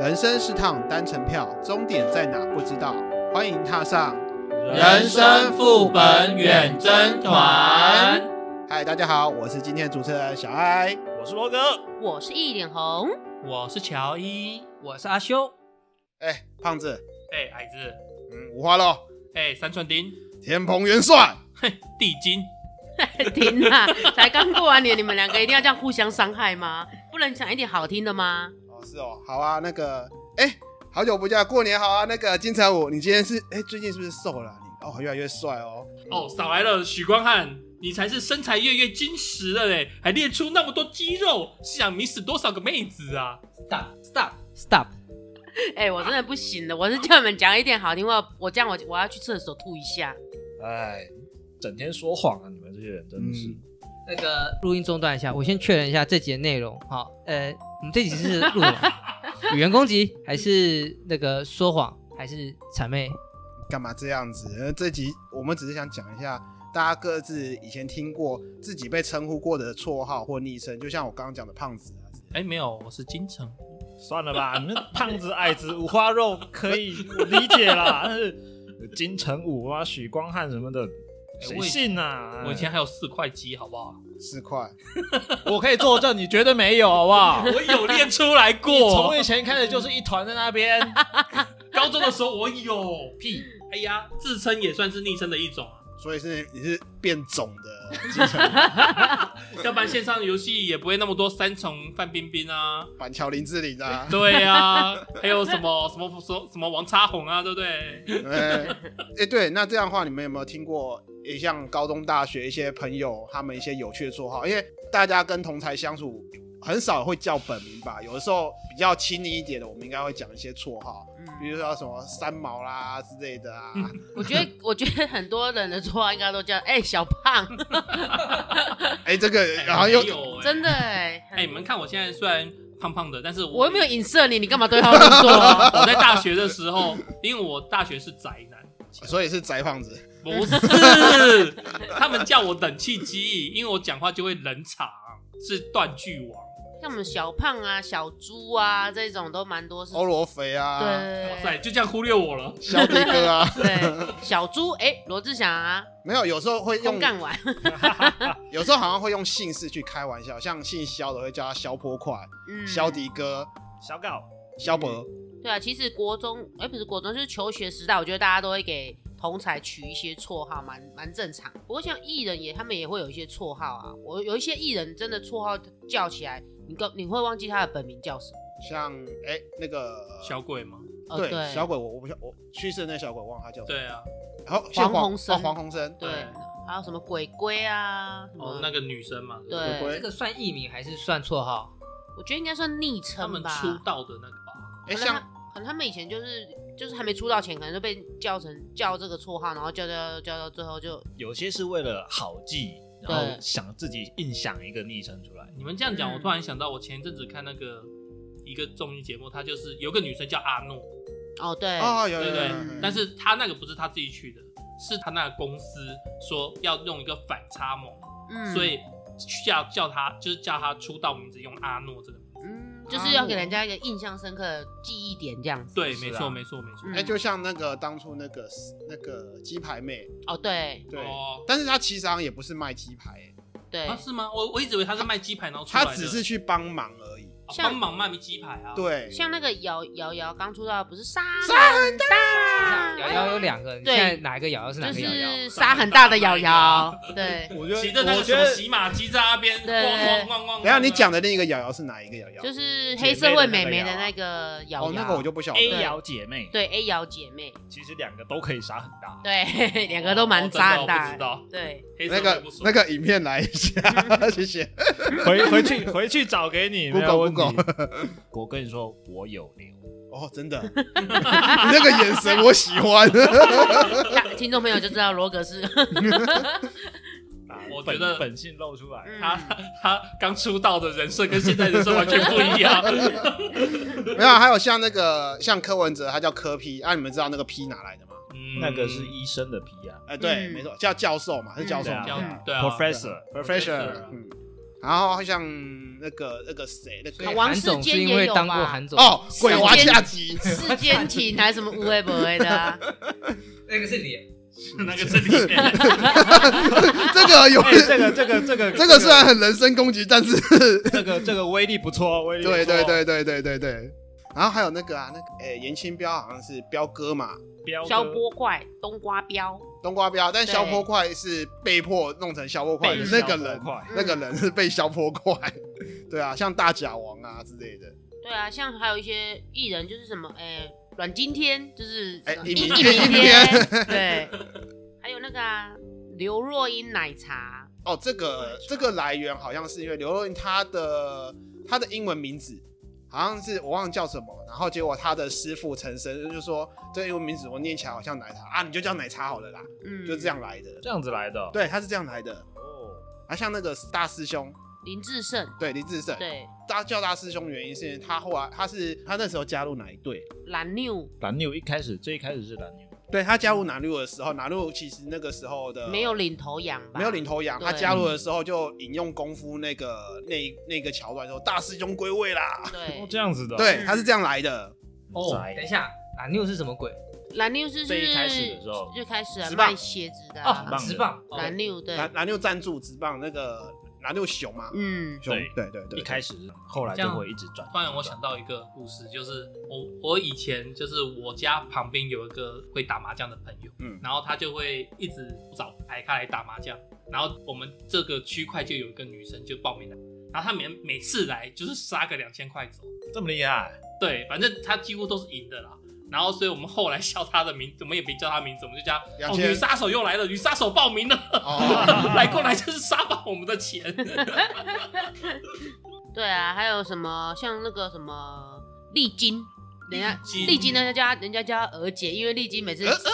人生是趟单程票，终点在哪不知道，欢迎踏上。人生副本远征团，嗨，大家好，我是今天的主持人小艾。我是罗哥，我是一脸红， 我是乔伊。我是阿修，哎，胖子，哎，矮子，嗯，五花肉，哎，三寸钉，天蓬元帅，嘿，地精，天哪！才刚过完年，你们两个一定要这样互相伤害吗？不能讲一点好听的吗？哦，是哦，好啊，那个，哎，好久不见，过年好啊，那个金城武，你今天是，哎，最近是不是瘦了啊、你哦，越来越帅哦。哦，少来了，许光汉，你才是身材月月金石了嘞，还练出那么多肌肉，是想迷死多少个妹子啊？ stop stop stop，哎、我真的不行了，我是叫你们讲一点好听话，我这样我我要去厕所吐一下。哎，整天说谎啊！你们这些人真的是，嗯那个录音中断一下，我先确认一下这集的内容。好，呃，我们这集是录什 么？语言攻击还是那个说谎还是谄媚？干嘛这样子？呃这集我们只是想讲一下大家各自以前听过自己被称呼过的绰号或昵称，就像我刚刚讲的胖子啊。哎，没有，我是金城。算了吧， 你们胖子、矮子、五花肉可以我理解啦， 但是金城武啊、许光汉什么的，谁哎我以信嗯啊？我以前还有四块肌，好不好？四块， 我可以作证，你绝对没有，好不 好？我有练出来你从过我，以前开始就是一团在那 边，高中的时候我有屁。哎呀，自称也算是昵称的一种啊，所以是你是变种的 要不然线上游戏也不会那么多三重范冰冰啊。。板桥林志玲啊对啊，还有什么什么什么什么王叉红啊，对不 对？哎、哎对，那这样的话，你们有没有听过？也像高中、大学一些朋友他们一些有趣的绰号，因为大家跟同才相处很少会叫本名吧，有的时候比较亲你一点的，我们应该会讲一些绰号，比嗯，如说什么三毛啦之类的啊，嗯我觉 得我觉得很多人的绰号应该都叫哎、小胖，哎、这 个然后又没有哎真的哎、哎，你们看我现在虽然胖胖的，但是我我又没有影射你，你干嘛对号入 座？我在大学的时候，因为我大学是宅男，所以是宅胖子。不 是，他们叫我冷气机，因为我讲话就会冷场，是断句王。像我们小胖啊、小猪啊这种都蛮多是，欧罗肥啊，哇对塞，就这样忽略我了。肖迪哥 啊，对，小猪哎罗志祥啊，没有，有时候会用空，干完，有时候好像会用姓氏去开玩笑，像姓肖的会叫他肖坡块、嗯，肖迪哥、小搞肖博。对啊，其实国中，哎、不是国中，就是求学时代，我觉得大家都会给同才取一些绰号，蛮蛮正常。不过像艺人也，他们也会有一些绰号啊。我有一些艺人真的绰号叫起来，你跟你会忘记他的本名叫什么？像哎、那个小鬼吗？哦，对对，小鬼，我我不晓我去世的那小鬼忘了他叫什么，对啊，然后姓黄鸿升哦黄鸿生，对，还有什么鬼龟啊？什么哦，那个女生嘛，不对鬼这个算艺名还是算绰号？我觉得应该算昵他称们吧。出道的那个吧。哎可能像他可能他们以前就是就是还没出道前，可能就被叫成叫这个绰号，然后叫叫叫到最后就有些是为了好记，然对后想自己硬想一个昵称出来。你们这样讲，嗯我突然想到，我前阵子看那个一个综艺节目，她就是有个女生叫阿诺，哦对，哦有有对有有不对有，嗯有，但是她那个不是她自己取的，是她那个公司说要用一个反差萌，嗯，所以叫叫她就是叫她出道名字用阿诺这个名字。嗯，就是要给人家一个印象深刻的记忆点这样子。对，是没啊错，没错，没错。嗯哎就像那个当初那个那个鸡排妹，哦，对对，哦，但是她其实好像也不是卖鸡排，哎对，啊，是吗？我我一直以为他是卖鸡排，然后出来的她只是去帮忙而已，啊像帮忙卖鸡排啊。，对，像那个瑶瑶瑶刚出道不是沙沙很大瑶瑶有两个，你对现在哪一个瑶瑶是哪就个瑶瑶？是沙很大的瑶瑶， 对，我骑着那个什么洗马机在那边对咣咣咣咣。等一下你咣讲的另一个瑶瑶是哪一个瑶瑶？就是黑社会美眉的那个瑶瑶，哦，那个我就不晓得哎 A 了。瑶姐妹，对 A 瑶姐妹，其实两个都可以杀很大。对，两个都蛮渣很大的，哦对，真的那我个不知道，黑社会不熟那个影片来一下， 谢谢。回回去回去找给你，没 Google，有问题。我跟你说，我有留。哦，真的， 你那个眼神我喜欢。大听众朋友就知道罗格是，把我本觉得本性露出来。嗯他他刚出道的人设跟现在人设完全不一 样。没有，啊还有像那个像柯文哲，他叫柯 P，啊，你们知道那个 P 哪来的吗？嗯那个是医生的皮啊哎、对，嗯没错，叫教授嘛，是教授对啊嘛、教对对啊啊，professor， p r o f e s s i o professor n 嗯，然后像那个那个谁，那对个王韩世总是坚因也为有当过吧韩总，哦，鬼娃下集，世间情还是什么无为不为的、啊，那个是脸， 那个 是你。这个有 哎，这个这个这 个这个虽啊然很人身攻击，但是这个这个威力不错，哦威力不错对对，对对对对对。然后还有那个啊，那个诶，严清标好像是彪哥嘛，彪哥消波怪、冬瓜彪，冬瓜标，但对消波块是被迫弄成消波块的被那个消人波块，那个人是 被消波块，对啊，像大甲王啊之类的，对啊，像还有一些艺人就是什么，哎、阮经天就是哎什么一一鸣鸣一鸣 天，对，还有那个、啊、刘若英奶茶，哦，这个这个来源好像是因为刘若英她的她的英文名字好像是我忘了叫什么，然后结果她的师傅陈生就说这个英文名字我念起来好像奶茶啊，你就叫奶茶好了啦，嗯，就这。样来的。这样子来的。对，他是这样来的。哦，啊，像那个大师兄，林志胜，对林志胜，对，大叫大师兄原因是因为他后来他是他那时候加入哪一队？蓝妞蓝牛一开始最一开始是蓝牛，对他加入哪路的时候，哪路其实那个时候的没有领头羊吧？呃没有领头羊，对他加入的时候就引用功夫那个那那个桥段说大师兄归位啦，哦对，这样子的，对，他是这样来的。哦宅等一下，啊，你又是什么鬼？蓝妞是最一开始的时候就开始啊直棒卖鞋子的哦啊，棒，的直棒，哦蓝妞对，哪哪路赞助直棒那个哪路熊嘛，嗯，熊对对哦对对，一开始是这样，后来就会一直转。突然我想到一个故事，就是我我以前就是我家旁边有一个会打麻将的朋友，嗯然后他就会一直找牌咖来打麻将，然后我们这个区块就有一个女生就报名来，然后她每每次来就是杀个两千块走，这么厉害，对，反正她几乎都是赢的啦。然后，所以我们后来笑她的名，我们也没叫她名字，我们就叫她哦， 2000女杀手又来了，女杀手报名了，哦， 来过来就是杀爆我们的钱。对啊，还有什么像那个什么丽晶，人家丽晶丽晶呢，人家叫她人家叫她娥姐，因为丽晶每 呃次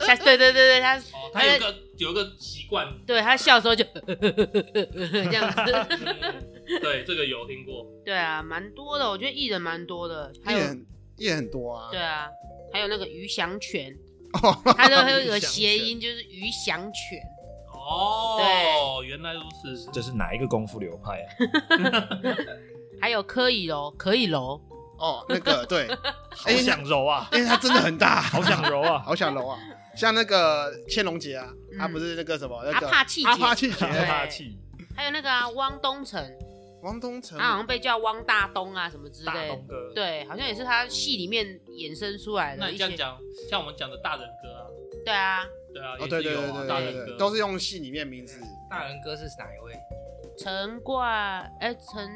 她对对对对，她哦，她有一个有一个习惯，对她笑的时候就 这样子， 对这个有听过。对啊，蛮多的，我觉得艺人蛮多的，还艺有人艺人很多啊，对啊，还有那个鱼翔犬，哦，它都还有一个谐音，就是鱼翔犬，哦，原来如此。这是哪一个功夫流派哎啊？还有柯以柔，可以柔，哦，那个对， 好哎想揉啊，因为他真的很大，好想揉 啊！好想揉啊！像那个千龙杰啊，嗯他不是那个什么那阿个帕契阿姐帕契对杰，哈气，还有那个啊汪东城，王东城他好像被叫汪大东啊什么之大类的东。哥，对，好像也是他戏里面衍生出来那的一你这些样。讲，像我们讲的大人哥啊，对啊，对啊，哦，也对是对有对啊，对大对人对，哥都是用戏里面名字大人哥是哪一位？陈冠，哎，陈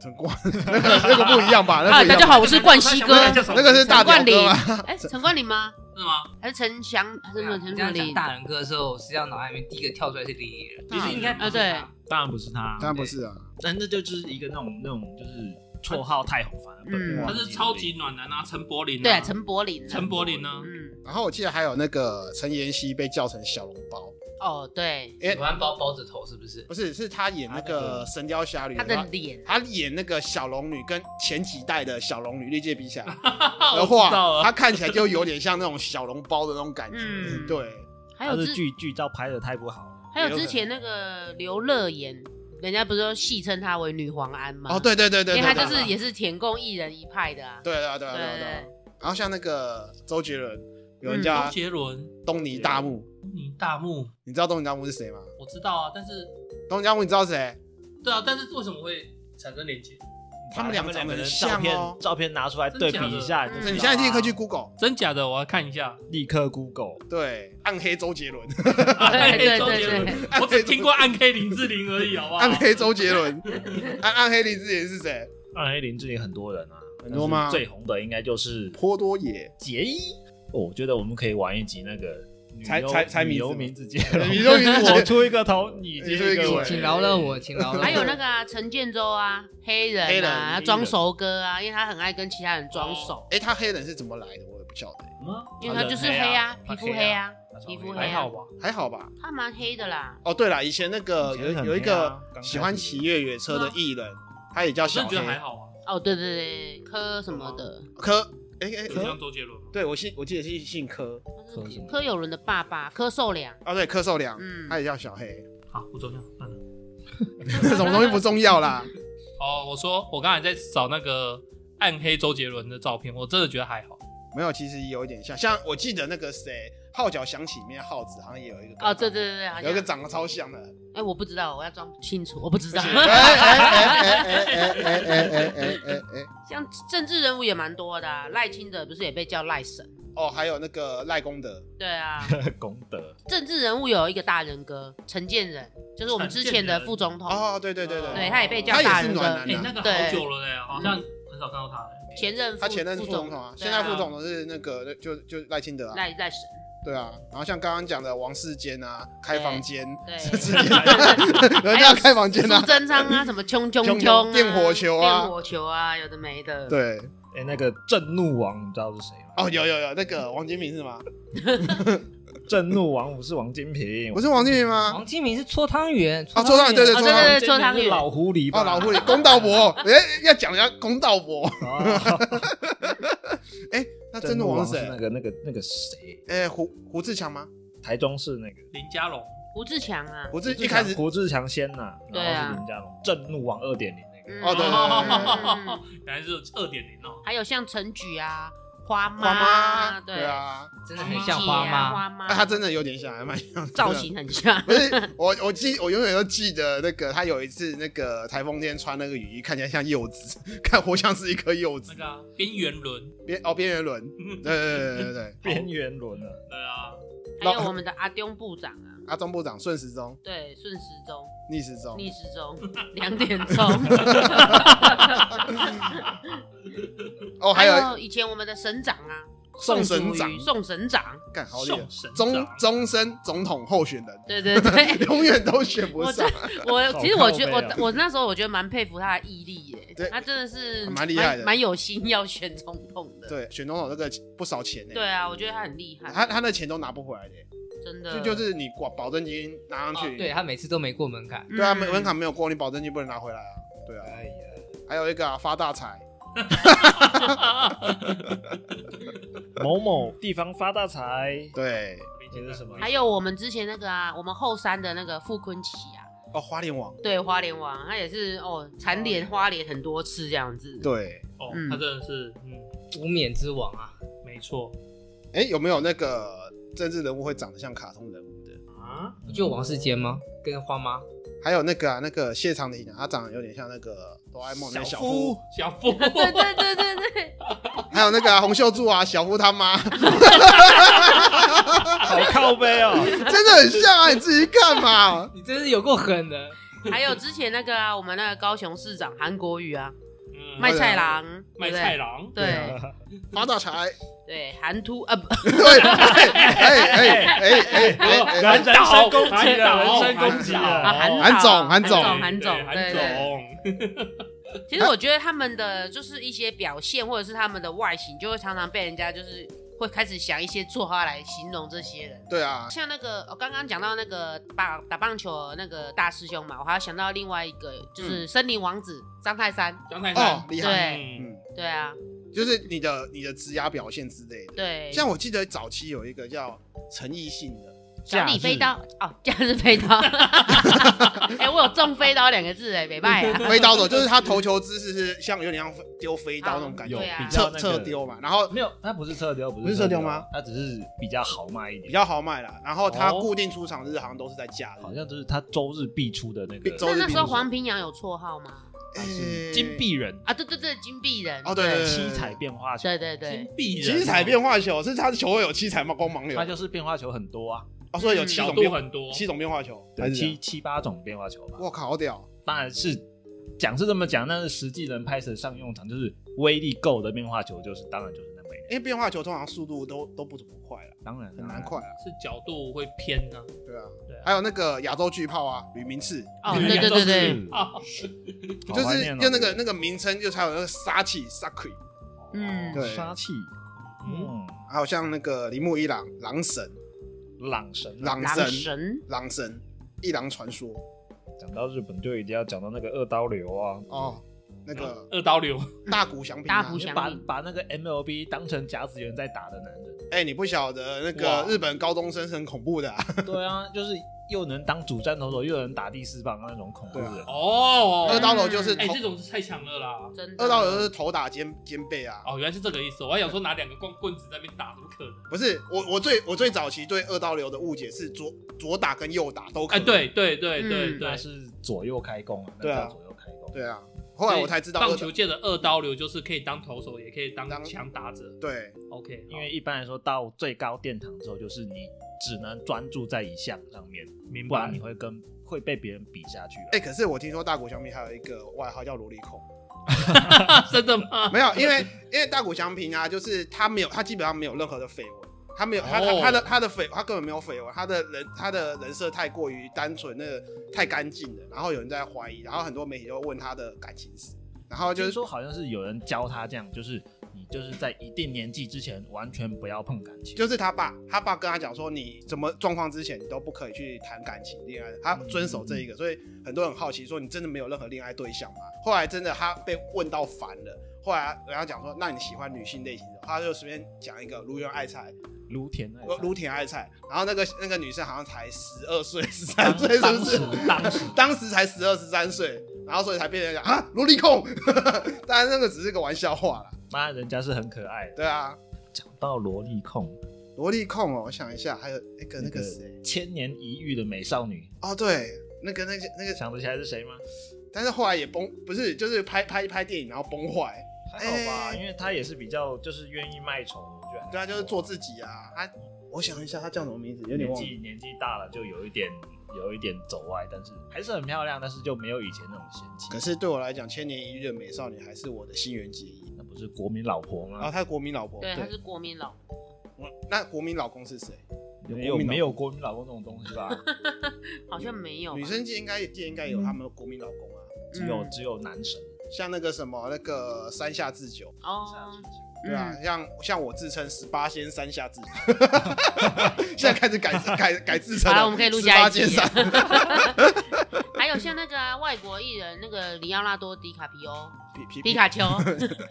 陈 冠，那个那个不一样吧？那啊，个不大一家样好，我是冠希哥， 吧，哦那个是大屌冠霖哥啊，，哎，陈冠霖吗？是吗？还是陈翔？还是啊什么陈你这什么样讲霖？大人哥的时候，我实际上脑海里面第一个跳出来是林野人，其实应该啊，对，当然不是他，当然不是啊，但那就就是一个那种那种就是绰号太红，反而本嗯人他是超级暖男啊，陈柏霖啊，对，陈柏霖啊。陈柏霖呢？嗯，然后我记得还有那个陈妍希被叫成小笼包，哦，对，哎喜欢包包子头是不是？不是，是他啊演那个《神雕侠侣》他的的。脸，他演那个小龙女，跟前几代的小龙女历届比 起来我的知道话，他啊，看起来就有点像那种小笼包的那种感觉。嗯对，还他有是之剧剧照拍的太不好了，还有之前那个刘乐言，人家不是都戏称她为女皇安吗？哦，，对对对对，因为对她对就是也是舔共艺人一派的啊。对啊，对啊，对啊，对啊。然后像那个周杰伦，有人叫周他杰伦、东尼大木，嗯，大木，你知道东尼大木是谁吗？我知道啊，但是东尼大木你知道谁？对啊，但是为什么会产生连接？他们两个把他长们得两个很人像照哦片照片拿出来对比一下，真就的所以嗯知道啊你现在立刻去 Google，真假的，我要看一下。立刻 Google，对，暗黑周杰伦， 对对周杰对伦对，我只听过暗黑林志玲而已，好不好？暗黑周杰伦，暗暗黑林志颖是谁？暗黑林志玲很多人啊，很多吗但是最红的应该就是波多野，杰伊。哦，我觉得我们可以玩一集那个女猜优猜猜女名字优吗哎名字接你终于 我出一个头，你哎你接出一一个个尾尾。请饶了我，请饶了我。还有那个啊，陈建州啊，黑黑人人啊，黑装人熟哥啊，因为他很爱跟其他人装熟，哎，他黑人是怎么来的？我也不晓得，因为他就是黑黑啊，皮他肤黑黑啊，皮皮肤肤黑还啊好，吧？还好吧。他蛮黑的啦。哦，对了，以前那个以有前很有一黑啊个刚开始喜欢骑越野车的艺人，他也叫我小真的觉得还黑好啊，哦，对对对，柯什么的，柯，哎哎有像柯，周杰伦吗？对我姓我记得是姓柯他什是么柯有伦的爸爸柯受良，啊，对柯受良，嗯他也叫小黑。好，不重要，算了。什么东西不重要啦。哦，我说我刚才在找那个暗黑周杰伦的照片，我真的觉得还好。没有，其实有一点像，像我记得那个谁，《号角响起》里面耗子好像也有一个哦，对对对对，好像有一个长得超像的，哎、我不知道，我要装清楚，我不知道哎。 哎哎哎哎哎哎哎哎哎哎，像政治人物也蛮多的、啊，赖清德不是也被叫赖神？哦，还有那个赖功德， 对 啊，功德政治人物有一个大人哥陈建仁，就是我们之前的副总统，哦，对对对对对，他也被叫他大也是人哥，暖男哎、那啊，个好对久了嘞，好像很少看到他了。前任他前任副副总统啊，对现在副总统是那个那就就赖清德啊，赖赖神，对啊，然后像刚刚讲的王世坚啊，开房间，对，之前人家开房间啊苏，贞昌啊，什么冲冲冲 冲啊，电火球啊电火球啊，有的没的，，对，哎，那个震怒王，你知道是谁吗？哦，有有有，那个王金平是吗？震怒王不是王金平，不是王金平吗？王金明是搓汤圆啊搓汤圆对对哦，对对对，周王汤金平圆，是老狐狸吧？哦，老 狐狸， 公道伯，哎，要讲一下公道伯，狸。那震真的怒王啊王是是那谁？个那个那个谁？哎，胡胡志强吗？台中市那个林家龙，胡志强啊，胡志志一开始强，胡志强先呐，对然后啊是林家龙，震怒王二点零那个。嗯哦对对嗯 原来是二点零哦。还有像陈举啊，花妈花啊，妈，对，对啊，真的很像花姐啊妈。花妈，那他真的有点像，还蛮像的造。型 很 像，不是我，我记，我永远都记得那个，他有一次那个台风天穿那个雨衣，看起来像柚子，看活像是一颗柚子那，个啊边缘轮，边哦边缘轮，嗯对对对对对对，边缘轮啊， 对 啊，还有我们的阿东部长啊，阿中部长顺时钟、对，顺时钟、逆时钟，逆时钟、两点 钟，哦还还有有以前我们的省长啊，宋省楚长瑜，宋省长，干好厉害送，神终掌终身总统候选人，。对对对 永远都选不我上真，我其实我觉得好靠背啊我我那时候我觉得蛮佩服他的毅力耶对，他真的是蛮厉害的蛮有心要选总统的。对，选总统这个不少钱呢，对啊，我觉得他很厉害，他他那钱都拿不回来的耶，真的这就是你保保证金拿上哦去，对啊他每次都没过门槛。对啊，嗯门门槛没有过，你保证金不能拿回来啊，对啊，哎呀，还有一个啊发大财，某某地方发大财，对，这是什么？还有我们之前那个啊，我们后山的那个傅坤奇啊，哦花莲王，对花莲王，他也是哦蝉联花莲很多次这样子。对，哦，嗯他真的是，嗯，无冕之王啊，没错哎有没有那个政治人物会长得像卡通人物的？啊，不就王世坚吗？跟花妈还有那个啊那个谢长廷啊，他长得有点像那个哆啦 A 梦里面的小夫，小 夫，对对对对对， 还有那个啊洪秀柱啊，小夫他妈， 好靠背哦，真的很像啊，你自己看嘛。你真是有够狠的。还有之前那个啊，我们那个高雄市长韩国瑜啊，嗯卖菜郎，卖菜郎，对不对，啊发大财！对对，韩突啊，不对，哎哎哎哎哎人哎，人身攻击啊，人身韩导攻击啊啊，韩韩导总韩总总，韩总，对对韩对。总，其实我觉得他们的就是一些表现，或者是他们的外形，就会常常被人家就是会开始想一些绰号来形容这些人。对啊，像那个哦我刚刚讲到那个打打棒球的那个大师兄嘛，我还要想到另外一个，就是森林王子张泰山。张泰哦山，，厉害，对嗯，嗯，对啊，就是你的你的职涯表现之类的。对，像我记得早期有一个叫陈奕迅的， 小李飞刀哦，假日飞刀。 哎、我有中飞刀两个字哎，没卖啊。飞刀手，就是他投球姿势是像有点像丢飞刀那种感有觉，对啊比较侧那个侧丢嘛，然后没有，他不是侧丢，不哦不是侧丢吗？他只是比较豪迈一比点，较好卖啦。然后他固定出场日好像都是在假哦好日，像就是他周日必出的那个 周那日那必时候出黄平阳有绰号吗？他是哎金币人，啊，对对对，金币人。哦对对七彩变化球，对对对，金币人，啊七彩变化球是他的球会有七彩吗？光芒流他，就是变化球很多啊，哦，所以有七角种度变很多，七种变化球，对，七七八种变化球吧。我靠，好屌！当然是讲是这么讲，但是实际能拍摄上用场就是威力够的变化球，就是当然就是那么一因为变化球通常速度都都不怎么快了，当然很难。快啊。是角度会偏呢，对啊，对啊还有那个亚洲巨炮啊，吕明次，哦对对对对，就啊，当然好怀是念哦就那个那个名称，就是还有那个杀气杀气，嗯，对杀气，嗯，嗯，还有像那个铃木一朗狼神朗神啊。狼狼神神。狼神一狼传说讲到日本就一定要讲到那个二刀流啊，哦，那嗯个二刀流，大谷翔平大啊谷，翔把平把那个 MLB 当成甲子 园在打的男人。哎，你不晓得那个哇日本高中生是很恐怖的啊，对啊，就是又能当主战投手，又能打第四棒那种恐怖对啊人。哦， 二刀流就是哎，头这，种是太强了啦。真的。二刀流就是头打肩肩背啊。哦，原来是这个意思。我还想说拿两个棍棍子在那边打，怎么可能？不是我，我最我最早期对二刀流的误解是左左打跟右打都可哎，以。对对对嗯对对那，是左右开弓啊，那对啊叫左右开弓。对啊，后来我才知道棒二球界的二刀流就是可以当投手，也可以当当强打者。对 OK，因为一般来说，到最高殿堂之后，就是你只能专注在一项上面，明不白然你。会跟会被别人比下去啊。哎、可是我听说大谷翔平还有一个外号叫萝莉控， 真的吗？ 没有，因为因为大谷翔平啊，就是他没有，他基本上没有任何的绯闻，他没有，他他哦他的他的绯，他根本没有绯闻，他的人他的人设太过于单纯，那个太干净了，然后有人在怀疑，然后很多媒体就问他的感情史，然后就就是是说，好像是有人教他这样，就是你就是在一定年纪之前，完全不要碰感情。就是他爸，他爸跟他讲说，你怎么状况之前你都不可以去谈感情、恋爱，他遵守这一个，所以很多人很好奇说，你真的没有任何恋爱对象吗？后来真的他被问到烦了，后来人家讲说，那你喜欢女性类型的，他就随便讲一个如原爱菜，卢田爱呃菜如田爱菜，然后那个那个女生好像才十二岁、十三当岁，是不是当时？当时 当时才十二十三岁，然后所以才被人讲啊萝莉控， 当然那个只是个玩笑话啦，妈人家是很可爱的。对啊，讲到萝莉控，萝莉控哦，我想一下，还有那个那个谁。千年一遇的美少女，哦，对，那个那个那个，想得起来是谁吗？但是后来也崩，不是，就是拍拍一拍电影，然后崩坏。还好吧，哎因为她也是比较就是愿意卖丑的，我觉得还不错。对啊，就是做自己啊。他，我想一下，他叫什么名字？有点年忘纪记。年纪大了，就有一点有一点走歪，但是还是很漂亮，但是就没有以前那种嫌弃。可是对我来讲，千年一遇的美少女还是我的心猿结衣。那不是国民老婆然后吗？她国民老婆，对，对，他是国民老，我那国民老公是谁？没国有民老没有国民老公这种东西吧？好像没有吧女生界应该界应该有他们的国民老公啊，只有嗯只有男神。像那个什么那个山下智久，哦，对啊，像像我自称十八仙山下智久， 现在开始改改改自称好了。了，我们可以录十下八一集仙山。。 还有像那个啊外国艺人，那个里奥纳多·迪卡皮欧、皮皮皮皮卡丘，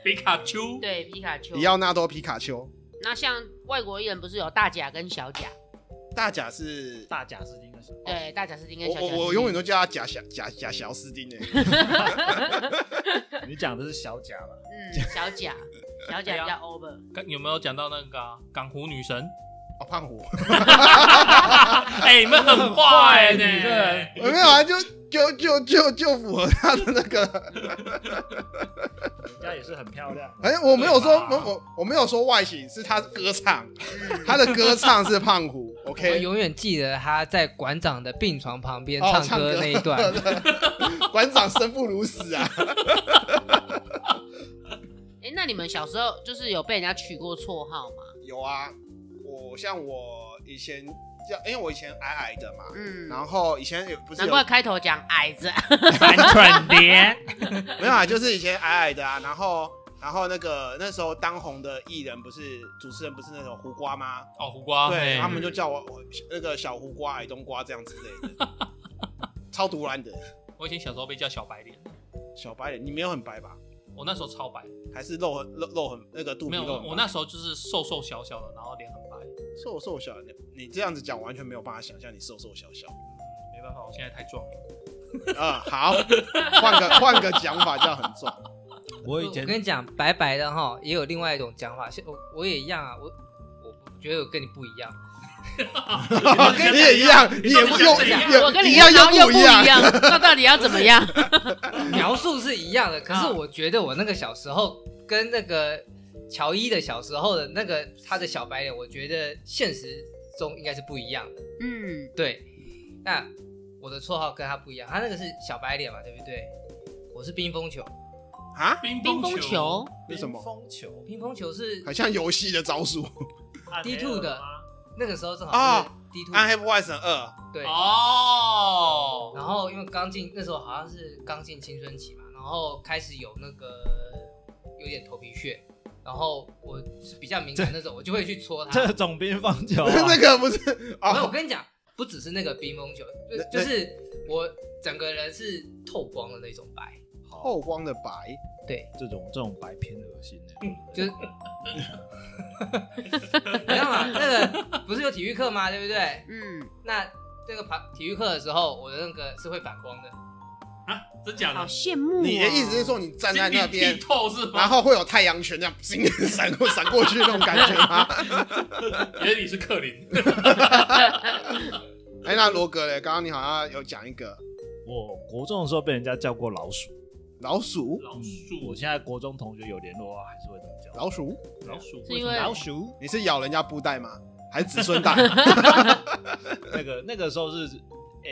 皮卡丘，对，皮卡丘。里奥纳多皮卡丘，那像外国艺人不是有大甲跟小甲？大甲是大假是应 该是，对，大甲是丁跟小我甲是丁。我我永远都叫他假小假假小斯丁呢、欸你讲的是小假吧？嗯，小甲，小啊甲比较 over。刚有没有讲到那个啊港湖女神？哦，胖虎， 哎，你们很坏你呢这人。我没有啊，就就就就就符合他的那个，人家也是很漂亮 的。哎、我没有说对吧我我我没有说外形，是他歌唱，他的歌唱是胖虎我，OK，永远记得他在馆长的病床旁边哦唱唱歌歌那一 段，馆长生不如死啊，哎、那你们小时候就是有被人家取过绰号吗？有啊，我像我以前叫，因为我以前矮矮的嘛，嗯，然后以前也不是难有怪开头讲矮子，啊三寸蝶，没有啊，就是以前矮矮的啊，然后然后那个那时候当红的艺人不是主持人不是那种胡瓜吗？哦，胡瓜，对，嘿他们就叫我我那个小胡瓜、矮冬瓜这样之类的， 超毒烂的我以前小时候被叫小白脸，小白脸。你没有很白吧？我那时候超白，还是肉很肉肉很那个肚皮没有，肉很我白？我那时候就是瘦瘦小小的，然后脸很白，瘦瘦小，你你这样子讲，我完全没有办法想象你瘦瘦小小。没办法，我现在太壮了。啊、好，换个换个讲法叫很壮。 我我以前跟你讲，白白的哈，也有另外一种讲法，像我我也一样啊，我我觉得我跟你不一样， 你也一样，你也不用，你想也我跟一你样然后又不不一一样。样，那到底要怎么 样？描述是一样的，可是啊我觉得我那个小时候跟那个乔伊的小时候的那个他的小白脸，我觉得现实中应该是不一样的。嗯，对，那我的绰号跟他不一样，他那个是小白脸嘛，对不对？我是冰封球，啊，冰乒乓球，为什么？风球冰封球是好像游戏的招数。啊 D two 的那个时候正好啊是 D two，、暗黑破坏神二，对，哦，然后因为刚进那时候好像是刚进青春期嘛，然后开始有那个有点头皮屑，然后我是比较敏感那种，我就会去戳它。这种冰风 球啊， 那个不是没有，我哦，跟你讲，不只是那个冰封球，那就就是我整个人是透光的那种白， 后光的白，对，这种这种白偏恶心的，就是你知道吗？那个不是有体育课吗？对不对？嗯，那这个跑体育课的时候，我的那个是会反光的，啊，真假好的？羡慕、哦。你的意思是说你站在那你边剔，透是吗？然后会有太阳拳这样 闪过闪过去那种感觉 吗？原来你是克林，哎，那罗格嘞，刚刚你好像有讲一个我国中的时候被人家叫过老鼠，老鼠，老嗯我鼠，现在国中同学有联络啊，还是会这么叫。老鼠，老鼠是因为老鼠，你是咬人家布袋吗？还是子 孙袋？那个那个时候是，诶、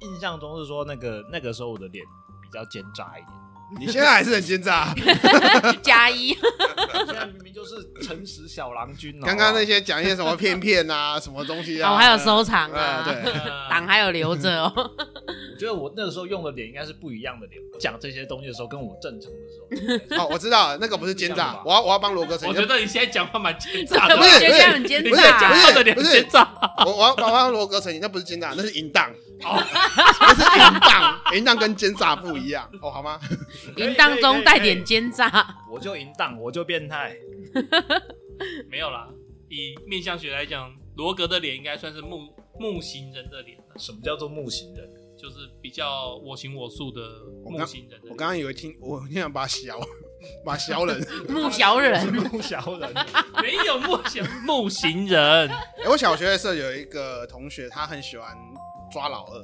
印象中是说那个那个时候我的脸比较奸诈一点。你现在还是很奸诈。啊加一，现在明明就是诚实小郎君、哦刚刚那些讲一些什么片片 啊，什么东西啊，哦，还有收藏啊，呃对，嗯嗯档还有留着 哦。我觉得我那个时候用的脸应该是不一样的脸。讲这些东西的时候，跟我正常的 时候应该是，哦，我知道了那个不是奸这样诈 吧，我要我要帮罗哥澄我清觉，得你现在讲话蛮奸诈的我不，是觉得这样很奸你不现是在讲不诈是。话的脸很奸诈。我我要我要帮罗哥澄清，那不是奸诈，那是淫荡，哦，那是淫荡， 淫荡跟奸诈不一样哦，好吗？淫荡中带点奸诈，我就淫荡，我就变态。没有啦。以面相学来讲，罗格的脸应该算是木木型人的脸了，什么叫做木型人？ 就是比较我行我素的木型人的我脸。刚刚以为听我听想把小把小人， 木小啊人，木小人。没有木 型木型人，欸我小学的时候有一个同学，他很喜欢抓老二，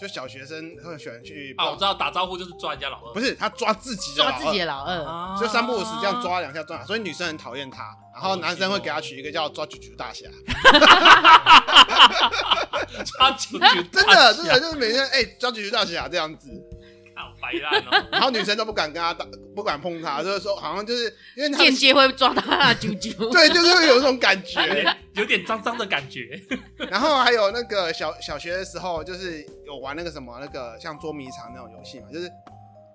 就小学生会喜欢去啊，我知道打招呼就是抓人家老二，不是他抓自己的抓老自己二的。老二，啊就三不五时这样。抓两下抓两下，所以女生很讨厌他，然后男生会给他取一个叫“抓九九大侠”，抓九九， 真的真的就是每天哎、抓九九大侠这样子， 好白烂哦。然后女生都不敢跟他打，不敢碰他，就是说好像就是因为他间接会抓到他的啾啾。 对，就是会有这种感 有觉。点有点脏脏的感觉。然后还有那个小小学的时候，就是有玩那个什么那个像捉迷藏那种游戏嘛，就是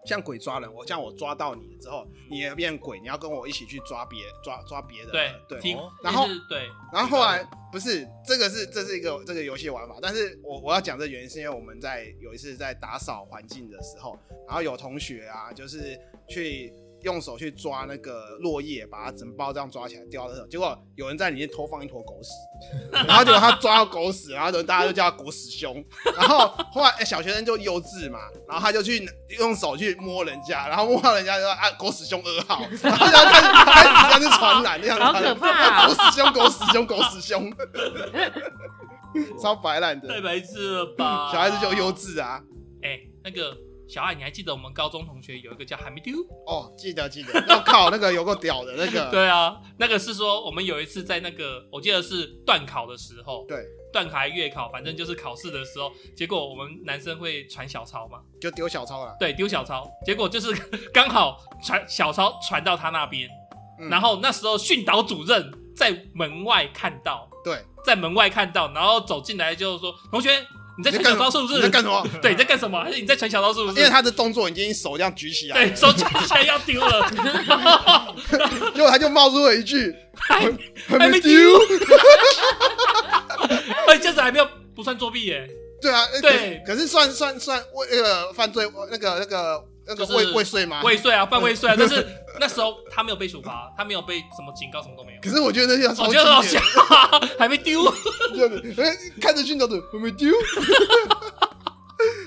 像鬼抓人，我像我抓到你之后，你也变鬼，你要跟我一起去抓别抓抓别人。对对，听哦，然后就是对，然后后来不是这个是这是一个这个游戏玩法，但是我我要讲这原因是因为我们在有一次在打扫环境的时候，然后有同学啊，就是去用手去抓那个落叶，把它整包这样抓起来掉到垃圾桶，结果有人在里面偷放一坨狗屎，然后结果他抓到狗屎，然后就大家就叫他狗屎兄，然后后来、哎小学生就幼稚嘛，然后他就去用手去摸人家，然后摸到人家就说啊狗屎兄二号，然后就开始开始这样去传染，这样好传染可怕狗哦屎兄狗屎兄狗屎兄，超白烂的太，白痴了 吧？小孩子就幼。稚啊。哎、那个小爱，你还记得我们高中同学有一个叫海米丢？哦，记得记得，我靠，那个有够屌的那个，对啊，那个是说我们有一次在那个，我记得是段考的时候，对，段考还月考，反正就是考试的时候，结果我们男生会传小抄嘛，就丢小抄了。对，丢小抄，结果就是 刚好传小抄传到他那边，嗯然后那时候训导主任在门外看到，对，在门外看到，然后走进来就是说，同学你在你在传干小什么抄是不是？你在干什么？ 对，你在干什么？还是你在传小刀是不是？因为他的动作已经手这样举起来对了，手机现在要丢 了， 结果他就冒出了一句还“还还没没丢丢，而且哎这次还没有不算作弊耶，”。对啊，哎对可是可是算算算为那个犯罪那个那个那个就是未未遂吗？未遂啊，犯未 遂啊。但是那时候他没有被处罚，他没有被什么警告，什么都没有可。是我觉得那些超我觉得很好经笑典，还没丢，就是哎看着训导的我没丢。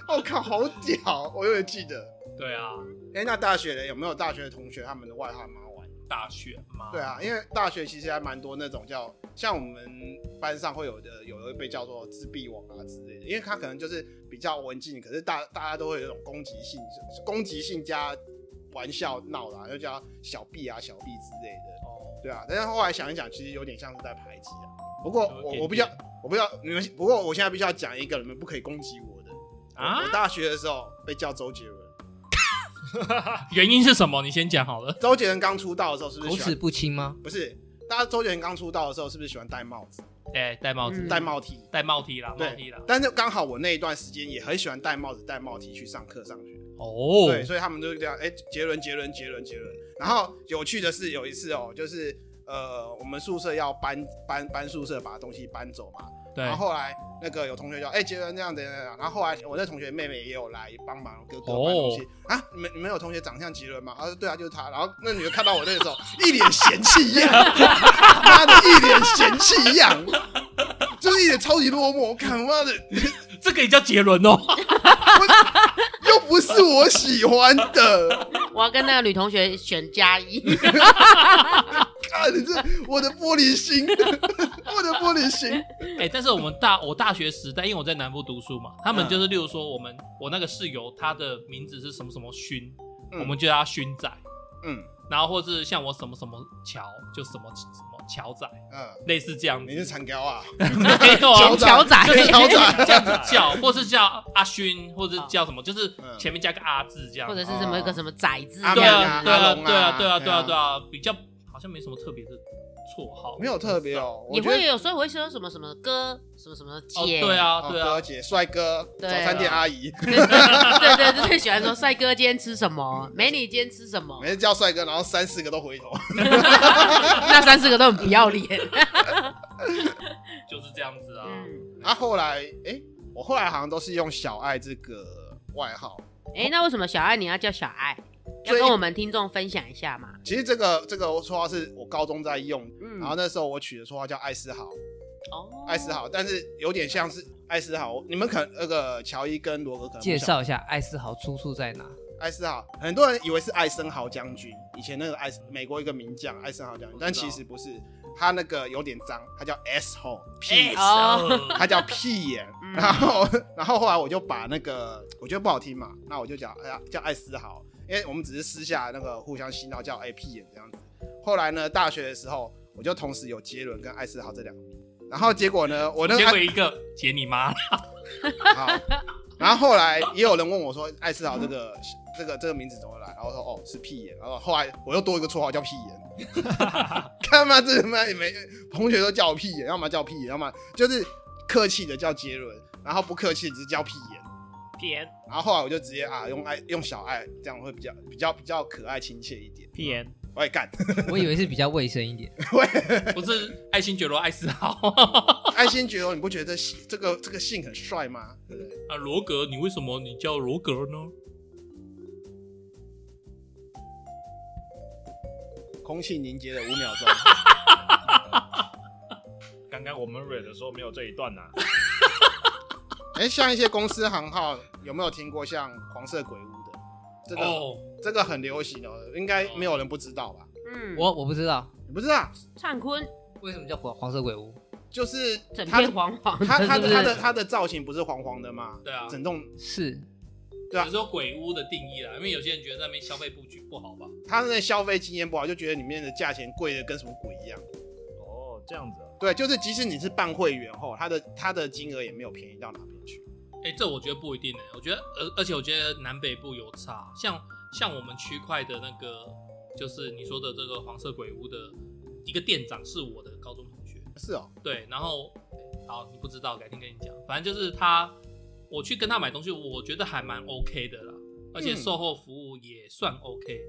我靠，好屌！我永远记得。对啊，哎、那大学的有没有大学的同学他们的外号蛮好玩的？大学嘛，对，啊，因为大学其实还蛮多那种叫，像我们班上会有的，有的会被叫做自闭王啊之类的，因为他可能就是比较文静，可是大大家都会有一种攻击性，攻击性加玩笑闹啦、就叫小 B 啊、小 B 之类的。哦，对啊，但是后来想一想，其实有点像是在排挤啊。不过有一我点点我比较我不知道你们，不过我现在必须要讲一个，你们不可以攻击我的啊我大学的时候被叫周杰伦，原因是什么？你先讲好了。周杰伦刚出道的时候是不是口喜欢齿不清吗？不是，大家周杰伦刚出道的时候是不是喜欢戴帽子、哎，戴帽子嗯，戴帽 T？戴帽 T 啦，帽对 T 啦。但是刚好我那一段时间也很喜欢戴帽子、戴帽 T 去上课、上学，哦，对，所以他们就这样，哎、杰伦、杰伦、杰伦、杰伦。然后有趣的是，有一次哦，就是呃，我们宿舍要搬搬搬宿舍，把东西搬走嘛。对然，后后来那个有同学叫，哎、杰伦这样子，这样这样然后后来我那同学妹妹也有来帮忙哥哥搬哦东西、啊，你们你们有同学长相杰伦吗？他说对啊，就是他。然后那女的看到我那个时候一脸嫌弃一样， 妈的，一脸嫌弃一样。就是一脸超级落寞，我看妈的，这个也叫 杰伦哦。又不是我喜欢的，我要跟那个女同学选加 一，看这我的玻璃心，我的玻璃心，哎、但是我们大我大学时代，因为我在南部读书嘛，他们嗯就是例如说我们我那个室友他的名字是什么什么勋，嗯我们就叫他勋仔，嗯然后或是像我什么什么乔，就什么什么乔仔，嗯，类似这样子你。是残雕啊， 没有啊乔 乔，乔仔，就是乔仔 这样子叫，或是叫阿勋，或者叫什么，就是嗯前面加个阿字这样 或子。者是什么一个什么仔字，阿对亮啊，啊对阿啊，龙啊对啊，对啊，对对啊，啊对啊，比较好像没什么特别的绰号，没有特别哦，我也觉得会有时候会说什么什么哥，什么什么哦。姐，对啊，哦对啊哥，姐、帅哥、早对餐店阿姨，对对对对对，喜欢说帅哥今天吃什么，美女今天吃什么每，次叫帅哥，然后三四个都回头。 那三四个都很不要脸。就是这样子啊。嗯，啊，后来哎、我后来好像都是用小爱这个外号。哎，那为什么小爱你要叫小爱？要所以跟我们听众分享一下嘛？其实这个这个绰号是我高中在用，嗯然后那时候我取的绰号叫艾斯豪，哦艾斯豪，但是有点像是艾斯豪，你们可能那个乔伊跟罗格可能不介晓绍一下艾斯豪出处在哪？艾斯豪，很多人以为是艾森豪将军，以前那个艾斯美国一个名将艾森豪将军，但其实不是，他那个有点脏，他叫 S 号哎屁，哦他叫屁眼嗯， 然后然后后来我就把那个我觉得不好听嘛，那我就叫哎呀叫艾斯豪，因为我们只是私下那个互相洗脑叫哎屁眼这样子。后来呢，大学的时候我就同时有杰伦跟艾斯豪这两个名，然后结果呢，我那个结果一个解你妈，好，然后后来也有人问我说：“艾斯豪这个嗯这个这个名字怎么来？”然后我说：“哦，是屁眼。”然后后来我又多一个绰号叫屁眼， 看嘛，这他妈也没同学都叫我屁眼，要么叫屁眼，要么就是客气的叫杰伦，然后不客气只是叫屁眼。屁然后后来我就直接啊用爱用小爱，这样会比较比较比较可爱亲切一点。屁眼，我 也干，我以为是比较卫生一点，不是爱新觉罗艾斯豪爱新觉罗，你不觉得这这个这个姓很帅吗？对不对？ 啊？罗格，你为什么你叫罗格呢？空气凝结了五秒钟。刚刚我们蕊的时候没有这一段呐、啊哎、像一些公司行号，有没有听过像黄色鬼屋的？这个、哦，这个很流行哦，应该没有人不知道吧？嗯，我我不知道你不知道，灿坤为什么叫黄黄色鬼屋就是整它片黄黄， 它它是不的是它的它的造型不是黄黄的吗？对啊整栋是对啊只是说鬼屋的定义啦，因为有些人觉得在那边消费布局不好吧？它的消费经验不好，就觉得里面的价钱贵的跟什么鬼一样。哦，这样子、啊，对，就是即使你是办会员后，它的它的金额也没有便宜到哪边去。哎、这我觉得不一定呢、我觉得，而而且我觉得南北部有差，像像我们区块的那个，就是你说的这个黄色鬼屋的一个店长是我的高中同学，是哦，对，然后好，你不知道，改天跟你讲，反正就是他，我去跟他买东西，我觉得还蛮 OK 的啦，而且嗯售后服务也算 OK，、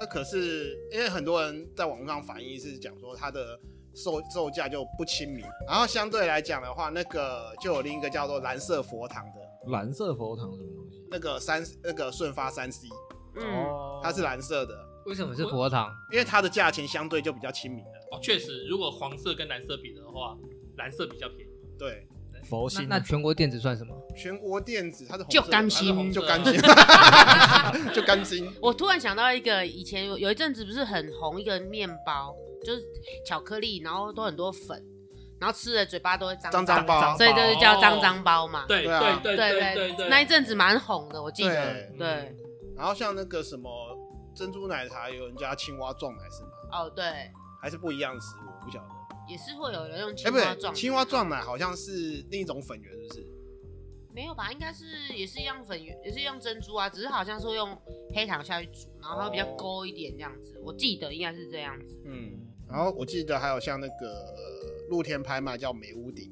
那可是因为很多人在网络上反映是讲说它的售售价就不亲民，然后相对来讲的话，那个就有另一个叫做蓝色佛堂的。蓝色佛堂什么东西？那个三那个顺发三 C，嗯，哦它是蓝色的，为什么是佛堂，因为它的价钱相对就比较亲民了。哦，确实，如果黄色跟蓝色比的话，蓝色比较便宜。对，佛那心啊那全国电子算什么？全国电子它是红色就哦的甘它是红心就甘 心，就甘心。我突然想到一个，以前有有一阵子不是很红一个面包，就是巧克力，然后都很多粉，然后吃了嘴巴都会脏脏脏包，所以就是叫脏脏包嘛。对对啊哦对对对对，那一阵子蛮红的，我记得。对对，然后像那个什么珍珠奶茶，有人家青蛙撞奶是吗？哦对，还是不一样的食物，我不晓得。也是会有人用哎，青不蛙对，撞。青蛙撞奶好像是另一种粉圆，是不是？没有吧？应该是也是一样粉圆，也是一样珍珠啊，只是好像是会用黑糖下去煮，然后它比较勾一点这样子。我记得应该是这样子。嗯。然后我记得还有像那个呃露天拍卖叫美屋顶，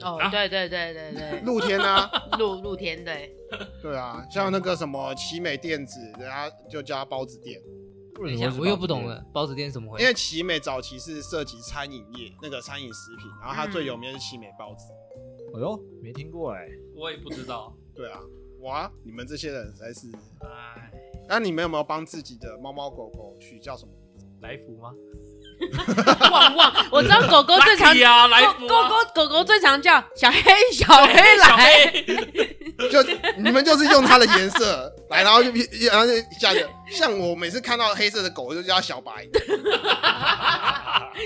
哦啊，对对对对 对，露天啊，露露天欸对。对啊，像那个什么奇美电子，人家就叫它包子店。等一下，我又不懂了，包子店是怎么回因事？为奇美早期是涉及餐饮业，那个餐饮食品，然后它最有名的是奇美包子。哎呦，没听过 哎、我也不知道。对啊，哇，你们这些人才是……哎，那你们有没有帮自己的猫猫狗狗取叫什么名字？来福吗？旺旺，我知道狗狗最常 Lucky 啊，来狗福狗啊狗狗狗最常叫小黑小黑来，就你们就是用它的颜色 来，然后就然后就下一个，像我每次看到黑色的狗，我就叫它小白，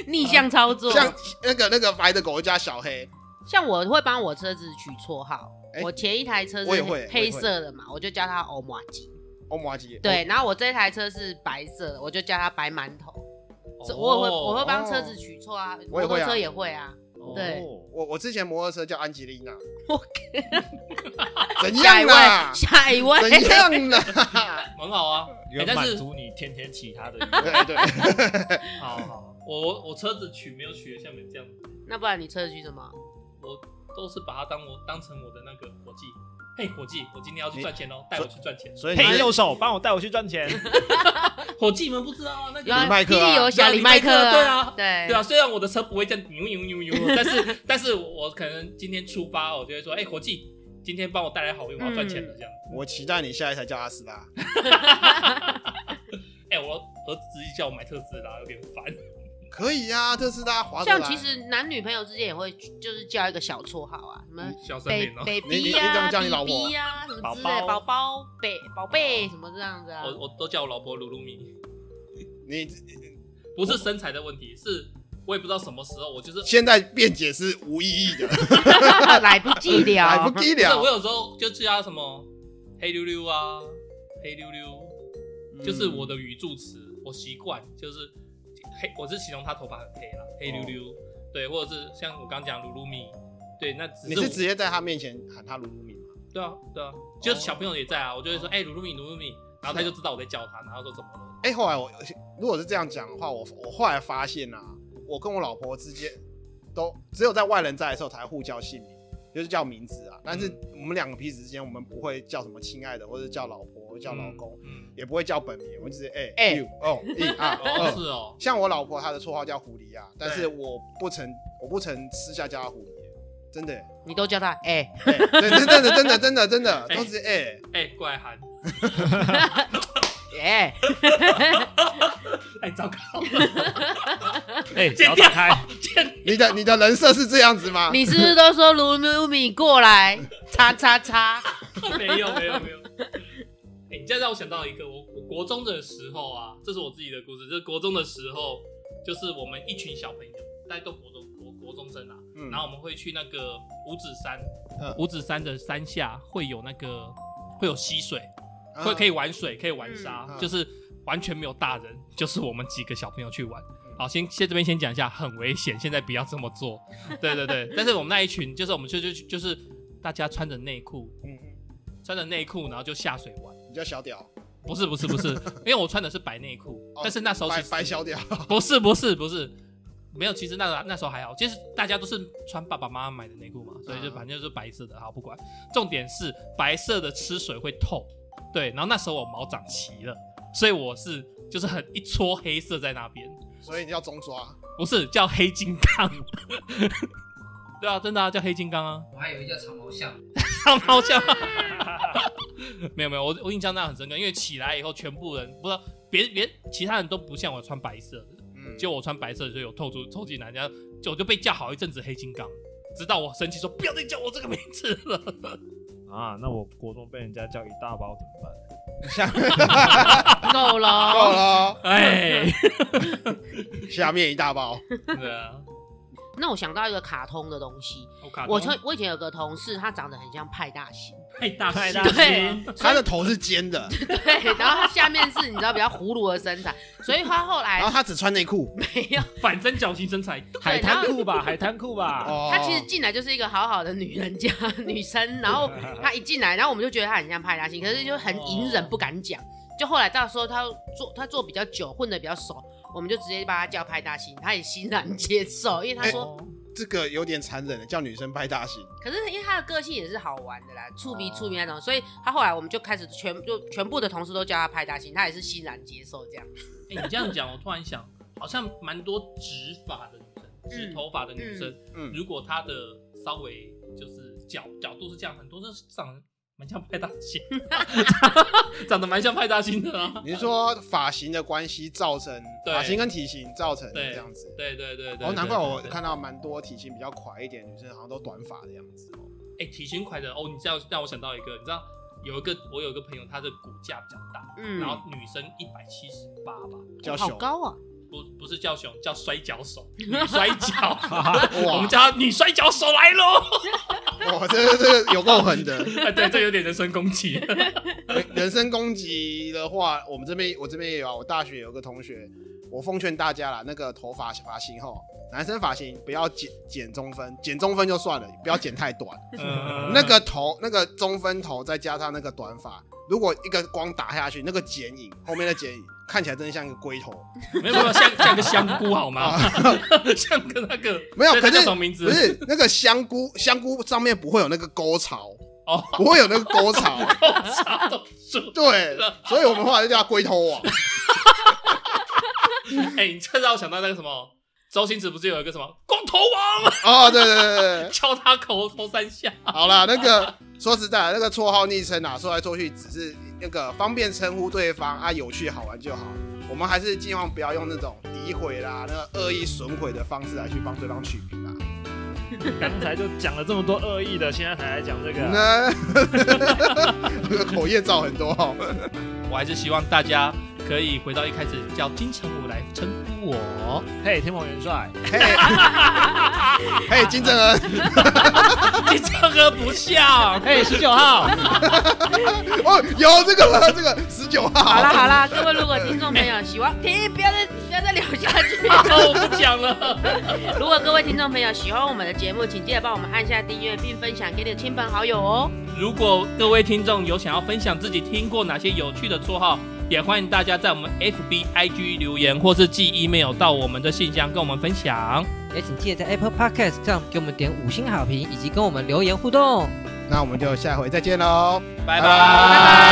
逆向操作。像那个那个白的狗，我叫它小黑。像我会帮我车子取绰号，哎我前一台车我也是会哦黑色的嘛，我就叫它欧马吉。欧姆阿吉，对，然后我这一台车是白色的，我就叫它白馒头。这我也会我哦会帮车子取绰啊，哦我摩也托会啊车也会啊。对哦我我之前摩托车叫安吉丽娜， 我 怎下一样啦位，？下一位，怎样啦？ 很好啊。哎有但是满足你天天骑他 的欲望。对对，好好，我我车子取没有取得像你们这样，那不然你车子取什么？我都是把它当我当成我的那个伙计。嘿，伙计，我今天要去赚钱哦，带我去赚 钱。所以嘿，你右手，帮我带我去赚 钱。伙计们不知道啊，那有啊李个麦克啊霹雳游侠对啊李麦克李麦克对啊对对啊，虽然我的车不会这样扭扭扭扭， 但是但是我可能今天出发，我就会说，哎，伙计，今天帮我带来好运，我要赚钱了这样。我期待你下一台叫阿斯拉。哎，我儿子一叫我买特斯拉，有点烦。 可以呀、特斯拉划得像来其实男女朋友之间也会就是叫一个小绰号啊，什嗯么小森林哦， baby 你你你怎呀、么叫你 b 啊老婆 b 呀、什么之类宝的，宝宝宝贝宝贝什么这样子啊。 我我都叫我老婆鲁鲁米，你不是身材的问题，是我也不知道什么时候，我就是现在辩解是无意义的， 来不及来了不，及不是我了。有时候就叫他什么黑溜溜啊，黑溜溜，嗯就是我的语助词，我习惯就是黑，我是形容他头发很黑啦，黑溜哦溜，对，或者是像我刚讲鲁鲁米，对，那只你是我是直接在他面前喊他鲁鲁米吗？对啊对啊，就是小朋友也哦在啊，我就会说哎鲁鲁米鲁鲁米，然后他就知道我在叫他，然后说怎么了。哎、后来我如果是这样讲的话，我我后来发现啊，我跟我老婆之间都只有在外人在的时候才互叫姓名，就是叫名字啊。但是我嗯们两个彼此之间，我们不会叫什么亲爱的，或者叫老婆，或者叫老公，嗯，也不会叫本名，我们只是哎哎哎哦一嗯，啊哦二。是哦，像我老婆她的绰号叫狐狸啊，但是对我不曾我不曾私下叫她狐狸，真的、 你都叫他哎，哎对，真真的真的真的真的哎都是哎，哎过来喊，哎，哎糟糕，哎，只要打开，你的你的人设是这样子吗？你是不是都说卢努米过来？ 叉叉叉， 没有没有没有。哎、你这样让我想到一个，我我国中的时候啊，这是我自己的故事。就是国中的时候，就是我们一群小朋友，大家都国中国国中生啊，嗯然后我们会去那个五指山嗯，五指山的山下会有那个会有溪水，啊会可以玩水，可以玩沙，嗯嗯嗯就是完全没有大人， 就是我们几个小朋友去玩。嗯好，先先这边先讲一下，很危险，现在不要这么做。对对对，但是我们那一群就是我们就就就是大家穿着内裤，嗯，嗯穿着内裤然后就下水玩。你叫小屌，不是不是不 是，因为我穿的是白内裤，哦但是那时候白其实白小屌，不是不是不是，没有，其实那那时候还好，其实大家都是穿爸爸妈妈买的内裤嘛，所以就嗯反正就是白色的，好不管。重点是白色的吃水会透，对，然后那时候我毛长齐了，所以我是就是很一撮黑色在那边，所以你叫中刷。不是叫黑金刚。 对啊，真的啊，叫黑金刚啊，我还以为叫长毛象，长毛象。 没有没有，我我印象那很深刻，因为起来以后，全部人不知道别别其他人都不像我穿白色的， 嗯，结果我穿白色的，所以有透出抽进来，然后就我就被叫好一阵子黑金刚，直到我生气说不要再叫我这个名字了。啊，那我国中被人家叫一大包怎么办？够了，够了，哦哎，下面一大包。 对啊，那我想到一个卡通的东西，我卡我就我以前有个同事，他长得很像派大星， 太哎大派大对啊他的头是尖的，对，然后他下面是你知道比较葫芦的身材，所以他后然后来他只穿内裤。没有，反正矫情身材，海对，然滩后裤吧，海滩裤吧。哦，他其实进来就是一个好好的女人家女生，然 后他一进来，然后我们就觉得他很像派大星，可是就很隐忍不敢讲。就后来到时候他做他做比较久，混的比较熟，我们就直接把他叫派大星，他也欣然接受，因为他哎说，这个有点残忍的，叫女生拍大型。可是因为他的个性也是好玩的啦，触哦鼻触鼻那种，所以他后来我们就开始全就全部的同事都叫他派大星，他也是欣然接受这样。哎、你这样讲，我突然想，好像蛮多直发的女生，直头发的女生，嗯，如果她的稍微就是角角度是这样，很多是上蛮像派大星， 长得蛮像派大星的啊。你是说发型的关系造成对发型跟体型造成对这样子？对对对对，哦，难怪对我对看到蛮多体型比较垮一点女生好像都短发的样子哦。哎、体型快的哦，你这样让我想到一个，你知道有一个我有一个朋友，他的骨架比较大，嗯然，后女生一百七十八吧，叫好熊高啊，不不是叫熊，叫摔跤手，女摔跤， 哇我们家女摔跤手来喽！哇，这个这个有够狠的。哎， 对，这有点人身攻击。人身攻击的话，我们这边我这边也有啊。我大学有个同学，我奉劝大家啦，那个头发发型吼，男生发型不要剪剪中分，剪中分就算了，不要剪太短。嗯那个头那个中分头再加上那个短发，如果一个光打下去，那个剪影后面的剪影看起来真的像一个龟头。没有没有，像像个香菇好吗？ 像个那个啊没有对那可是叫什么名字？不是那个香菇，香菇上面不会有那个沟槽，哦，不会有那个沟 槽。啥都说。对，所以我们后来就叫它龟头网。哎，你这让我想到那个什么，周星驰不是有一个什么光头王，哦，对对对对对，敲他头头三下。 好啦，那个说实在的，那个绰号昵称啊，说来说去只是那个方便称呼对方啊，有趣好玩就好。我们还是尽量不要用那种诋毁啦、那个恶意损毁的方式来去帮对方取名啊啦。刚才就讲了这么多恶意的，现在才来讲这个啊、那这个口业造很多哦。我还是希望大家可以回到一开始叫金城武来称 呼我。嘿，天蓬元帅，嘿， 嘿，金正恩，金城武不像，哎，十九号，哦，有这个这个十九号。好啦好啦，各位如果听众朋友喜欢， 停，不要再不要再聊下去。好，我不讲了。如果各位听众朋友喜欢我们的节目，请记得帮我们按下订阅，并分享给你的亲朋好友哦。如果各位听众有想要分享自己听过哪些有趣的绰号，也欢迎大家在我们 FB、IG 留言，或是寄 email 到我们的信箱跟我们分享。也请记得在 Apple Podcast 上给我们点五星好评，以及跟我们留言互动。那我们就下回再见喽，拜拜拜